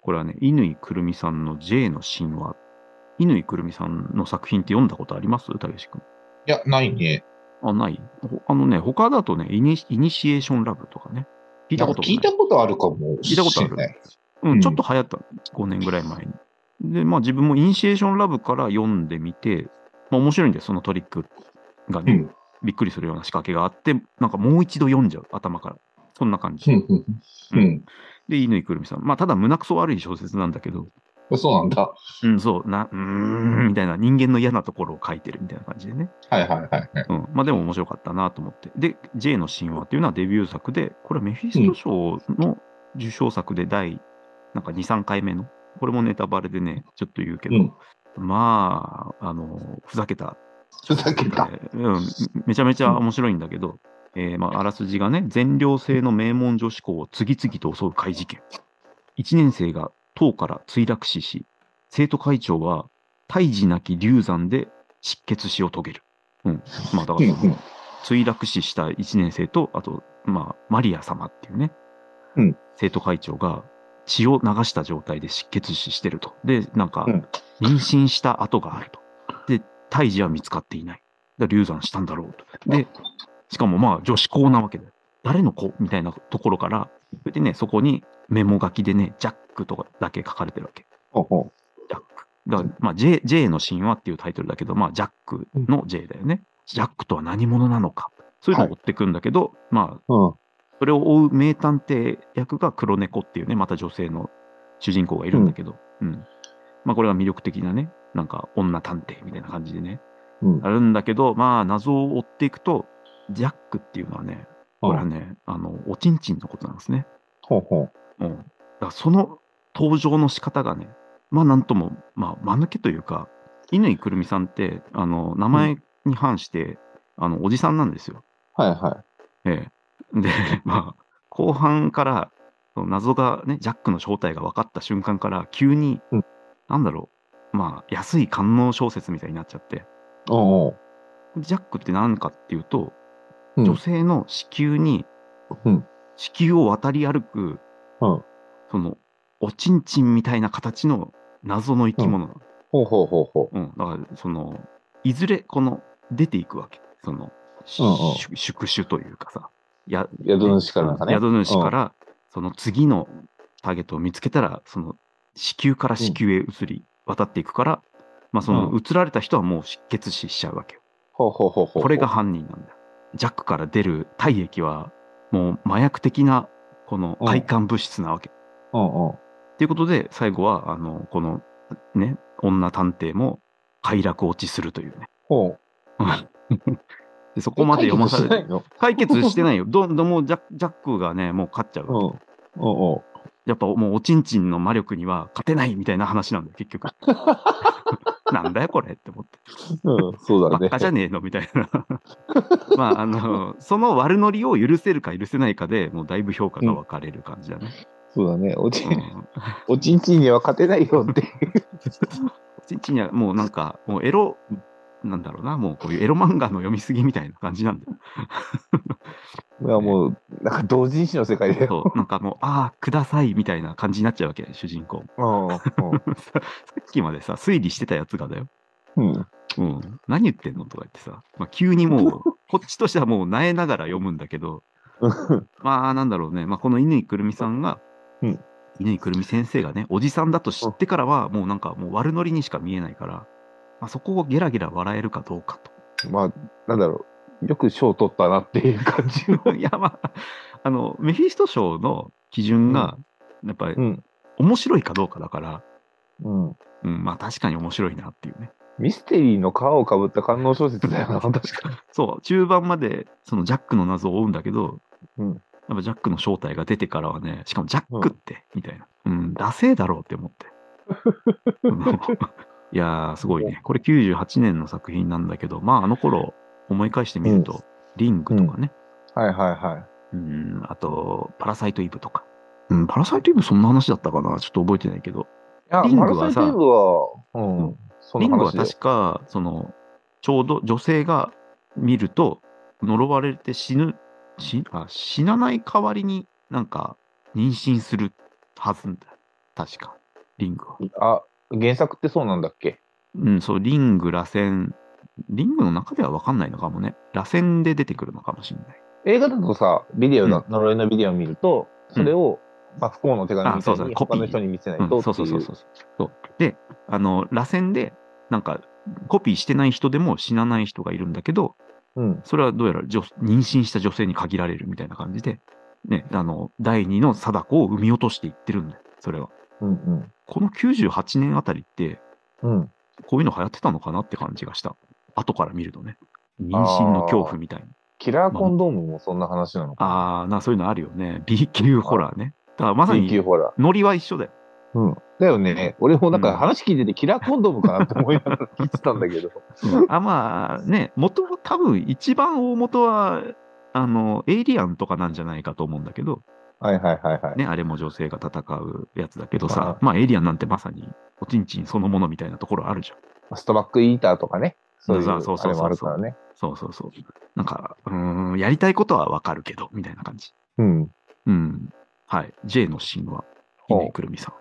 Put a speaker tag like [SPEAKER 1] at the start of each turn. [SPEAKER 1] これはね、乾くるみさんの J の神話。乾くるみさんの作品って読んだことありますたけし君。
[SPEAKER 2] いや、ないね。
[SPEAKER 1] あ、ないほあのね、他だとね、イニイニシエーションラブとかね。聞いたことも
[SPEAKER 2] 聞い
[SPEAKER 1] な
[SPEAKER 2] た
[SPEAKER 1] い。
[SPEAKER 2] ことあるかも
[SPEAKER 1] 聞い
[SPEAKER 2] した
[SPEAKER 1] ことあ
[SPEAKER 2] れ
[SPEAKER 1] る
[SPEAKER 2] ない。
[SPEAKER 1] う、
[SPEAKER 2] うんん
[SPEAKER 1] ちょっと流行った。5年ぐらい前に。で、まあ自分もイニシエーションラブから読んでみて、まあ面白いんだよ、そのトリックがね。
[SPEAKER 2] うん
[SPEAKER 1] びっくりするような仕掛けがあって、なんかもう一度読んじゃう、頭から。そんな感じ。
[SPEAKER 2] うんうんうん
[SPEAKER 1] で、乾くるみさん。まあ、ただ胸くそ悪い小説なんだけど、
[SPEAKER 2] うん。そうなんだ。は
[SPEAKER 1] うん、そう、な、うーん、みたいな、人間の嫌なところを書いてるみたいな感じでね。
[SPEAKER 2] いはいはいはい。
[SPEAKER 1] うん。まあ、でも面白かったなと思って。で、J の神話っていうのはデビュー作で、これはメフィスト賞の受賞作で第、なんか2、3回目の。これもネタバレでね、ちょっと言うけど、
[SPEAKER 2] うん。
[SPEAKER 1] まあ、あの、ふざけた
[SPEAKER 2] ふざけた。
[SPEAKER 1] えーうん、めちゃめちゃ面白いんだけど、えーまあ、あらすじがね、全寮制の名門女子校を次々と襲う怪事件。1年生が塔から墜落死し、生徒会長は胎児なき流産で失血死を遂げる。うん。まあ、だか
[SPEAKER 2] うん
[SPEAKER 1] ら、
[SPEAKER 2] うん。
[SPEAKER 1] 墜落死した1年生と、あと、まあ、マリア様っていうね、
[SPEAKER 2] うん
[SPEAKER 1] 生徒会長が血を流した状態で失血死してると。で、なんか
[SPEAKER 2] うん、
[SPEAKER 1] 妊娠した跡があると。で、胎児は見つかっていない。だ流産したんだろうと。で、しかもまあ、女子校なわけで。誰の子みたいなところから、それでね、そこにメモ書きでね、ジャックとかだけ書かれてるわけ。
[SPEAKER 2] ほうほ
[SPEAKER 1] ジャック。だから、まあ、J, J の神話っていうタイトルだけど、まあ、ジャックの J だよね。ジャックとは何者なのか。そういうのを追っていくんだけど、まあ、
[SPEAKER 2] う。うん。
[SPEAKER 1] それを追う名探偵役が黒猫っていうね、また女性の主人公がいるんだけど、うん。まあ、これは魅力的なね、なんか女探偵みたいな感じでね、
[SPEAKER 2] うん
[SPEAKER 1] あるんだけど、まあ、謎を追っていくと、ジャックっていうのはね、これは
[SPEAKER 2] うん
[SPEAKER 1] ね、あの、おちんちんのことなんですね。
[SPEAKER 2] ほうほう。
[SPEAKER 1] うん、だからその登場の仕方がね、まあなんとも、まあ、間抜けというか、乾くるみさんって、あの、名前に反して、あの、おじさんなんですよ。
[SPEAKER 2] はいは
[SPEAKER 1] ええ。で、 まあ、後半から、その謎がね、ジャックの正体が分かった瞬間から、急に、
[SPEAKER 2] うん
[SPEAKER 1] なんだろう、まあ、安い官能小説みたいになっちゃって、
[SPEAKER 2] い。おうおう。
[SPEAKER 1] ジャックって何かっていうと、
[SPEAKER 2] うん
[SPEAKER 1] 女性の子宮に
[SPEAKER 2] うん、
[SPEAKER 1] 子宮を渡り歩く、
[SPEAKER 2] うん
[SPEAKER 1] その、おちんちんみたいな形の謎の生き物なの、
[SPEAKER 2] ほうほうほうほう。
[SPEAKER 1] うんだから、その、いずれ、この、出ていくわけ。その、し
[SPEAKER 2] うんうん
[SPEAKER 1] 宿宿主というかさ、や
[SPEAKER 2] 宿主からなんかね。
[SPEAKER 1] 宿主から、その次のターゲットを見つけたら、その、子宮から子宮へ移り、渡っていくから、まあ、その、
[SPEAKER 2] う
[SPEAKER 1] 移られた人はもう失血死しちゃうわけよ。
[SPEAKER 2] ほうほうほうほう。
[SPEAKER 1] これが。犯人なんだ。ジャックから出る体液は、もう麻薬的な、この
[SPEAKER 2] うん
[SPEAKER 1] 快感物質なわけ。
[SPEAKER 2] うんうん。
[SPEAKER 1] っていうことで、最後は、あの、この、ね、女探偵も、快楽落ちするというね。
[SPEAKER 2] ほう。
[SPEAKER 1] でそこまで読まされ
[SPEAKER 2] 解
[SPEAKER 1] て、
[SPEAKER 2] 決しないの
[SPEAKER 1] 解決してないよ。どんどんもうジャックジャックがね、もう勝っちゃう。
[SPEAKER 2] うん。おうおう。
[SPEAKER 1] やっぱもうおちんちんの魔力には勝てないみたいな話なんだよ、結 局。なんだよ、これって思って。
[SPEAKER 2] うん。そうだ
[SPEAKER 1] ばっ
[SPEAKER 2] ね
[SPEAKER 1] か。じゃねえのみたいな。 まあ、あの、その悪ノリを許せるか許せないかでもうだいぶ評価が分かれる感じだね。
[SPEAKER 2] そうだね。おち、
[SPEAKER 1] うんん、
[SPEAKER 2] おちんちんには勝てないよって。
[SPEAKER 1] ちんちんにはもうなんか、もうエロ、なんだろうな、もうこういうエロ漫画の読みすぎみたいな感じなんだよ。
[SPEAKER 2] いやもう、なんか同人誌の世界で。
[SPEAKER 1] そう、なんかもう、ああ、くださいみたいな感じになっちゃうわけ、主人公。
[SPEAKER 2] うん。うん
[SPEAKER 1] さっきまでさ、推理してたやつがだよ。
[SPEAKER 2] うん。
[SPEAKER 1] うん、何言ってんのとか言ってさ、まあ、急に もう、こっちとしてはもう、なえながら読むんだけど、まあ、なんだろうね、まあ、この乾くるみさんが、
[SPEAKER 2] うん
[SPEAKER 1] 乾くるみ先生がね、おじさんだと知ってからは、もうなんか、もう悪ノリにしか見えないから、まあ、そこをゲラゲラ笑えるかどうか
[SPEAKER 2] まあ、なんだろう。よく賞取ったなっていう感じの。
[SPEAKER 1] と。いや、まあ、あの、メフィスト賞の基準が、やっぱり、
[SPEAKER 2] うん。
[SPEAKER 1] 面白いかどうかだから、
[SPEAKER 2] うん。
[SPEAKER 1] うん、まあ、確かに面白いなっていうね。
[SPEAKER 2] ミステリーの皮をかぶった官能小説だよな、確かに。
[SPEAKER 1] そう、中盤までそのジャックの謎を追うんだけど、
[SPEAKER 2] うん
[SPEAKER 1] やっぱジャックの正体が出てからはね、しかもジャックって、みたいな。うん、ダセーだろうって思って。 いやー、すごいね。これ98年の作品なんだけど、まああの頃思い返してみると、リングとかね、
[SPEAKER 2] はいはいは
[SPEAKER 1] うん、あと、パラサイトイブとか。うん、パラサイトイブそんな話だったかなちょっと覚えてないけど。
[SPEAKER 2] い。い
[SPEAKER 1] リン
[SPEAKER 2] や、
[SPEAKER 1] グ
[SPEAKER 2] マ
[SPEAKER 1] は
[SPEAKER 2] ラ
[SPEAKER 1] さ
[SPEAKER 2] ソンテーブは、う
[SPEAKER 1] うん
[SPEAKER 2] ん。そ
[SPEAKER 1] リ
[SPEAKER 2] の
[SPEAKER 1] ングは
[SPEAKER 2] 話で。
[SPEAKER 1] 確か、その、ちょうど女性が見ると、呪われて死ぬ、死あ死なない代わりになんか妊娠するはずんだ。確か。リングは。
[SPEAKER 2] あ、原作ってそうなんだっけ
[SPEAKER 1] うん、そう、リング、螺旋。リングの中では分かんないのかもね。螺旋で出てくるのかもしれない。
[SPEAKER 2] 映画だとさ、ビデオの、
[SPEAKER 1] う
[SPEAKER 2] 呪いのビデオを見ると、それを、まあ、不幸の手紙みた
[SPEAKER 1] あそうそ
[SPEAKER 2] いうに
[SPEAKER 1] コピ
[SPEAKER 2] 他
[SPEAKER 1] ー
[SPEAKER 2] の人に見せない
[SPEAKER 1] うん、そう
[SPEAKER 2] とって
[SPEAKER 1] そ
[SPEAKER 2] いう。
[SPEAKER 1] そうそうそううそう。で、あの、螺旋で、なんか、コピーしてない人でも死なない人がいるんだけど、
[SPEAKER 2] うん。
[SPEAKER 1] それはどうやら女妊娠した女性に限られるみたいな感じで、ね、あの、第二の貞子を産み落としていってるんだよ、それは。
[SPEAKER 2] うん
[SPEAKER 1] この98年あたりって、
[SPEAKER 2] うん。うん。
[SPEAKER 1] こういうの流行ってたのかなって感じがした。後から見るとね。妊娠の恐怖みたいな。
[SPEAKER 2] キラーコンドームもそんな話なのか。
[SPEAKER 1] ああー、な、そういうのあるよね。B 級ホラーね。だからまさ
[SPEAKER 2] B 級
[SPEAKER 1] に、
[SPEAKER 2] ホラー。
[SPEAKER 1] ノリは一緒だよ。
[SPEAKER 2] うん。だよね。俺もなん
[SPEAKER 1] うん
[SPEAKER 2] か話聞いてて、キラーコンドームかなって思いながら聞いてたんだ けど。
[SPEAKER 1] あ、まあ、ね、元々多分一番大元は、あの、エイリアンとかなんじゃないかと思うんだけど、
[SPEAKER 2] はいはいはいはい。
[SPEAKER 1] ね、あれも女性が戦うやつだけどさ
[SPEAKER 2] は、
[SPEAKER 1] まあ、エイリアンなんてまさに、おちんちんそのものみたいなところあるじゃん。
[SPEAKER 2] ストバックイーターとかね。そういう、
[SPEAKER 1] そ
[SPEAKER 2] あ
[SPEAKER 1] うそうそうそう
[SPEAKER 2] れもあるからね。
[SPEAKER 1] そうそうそう。なんか、うーん、やりたいことはわかるけど、みたいな感じ。
[SPEAKER 2] うん。
[SPEAKER 1] うん。はい。J の神話、
[SPEAKER 2] ほう
[SPEAKER 1] 稲井くるみさん。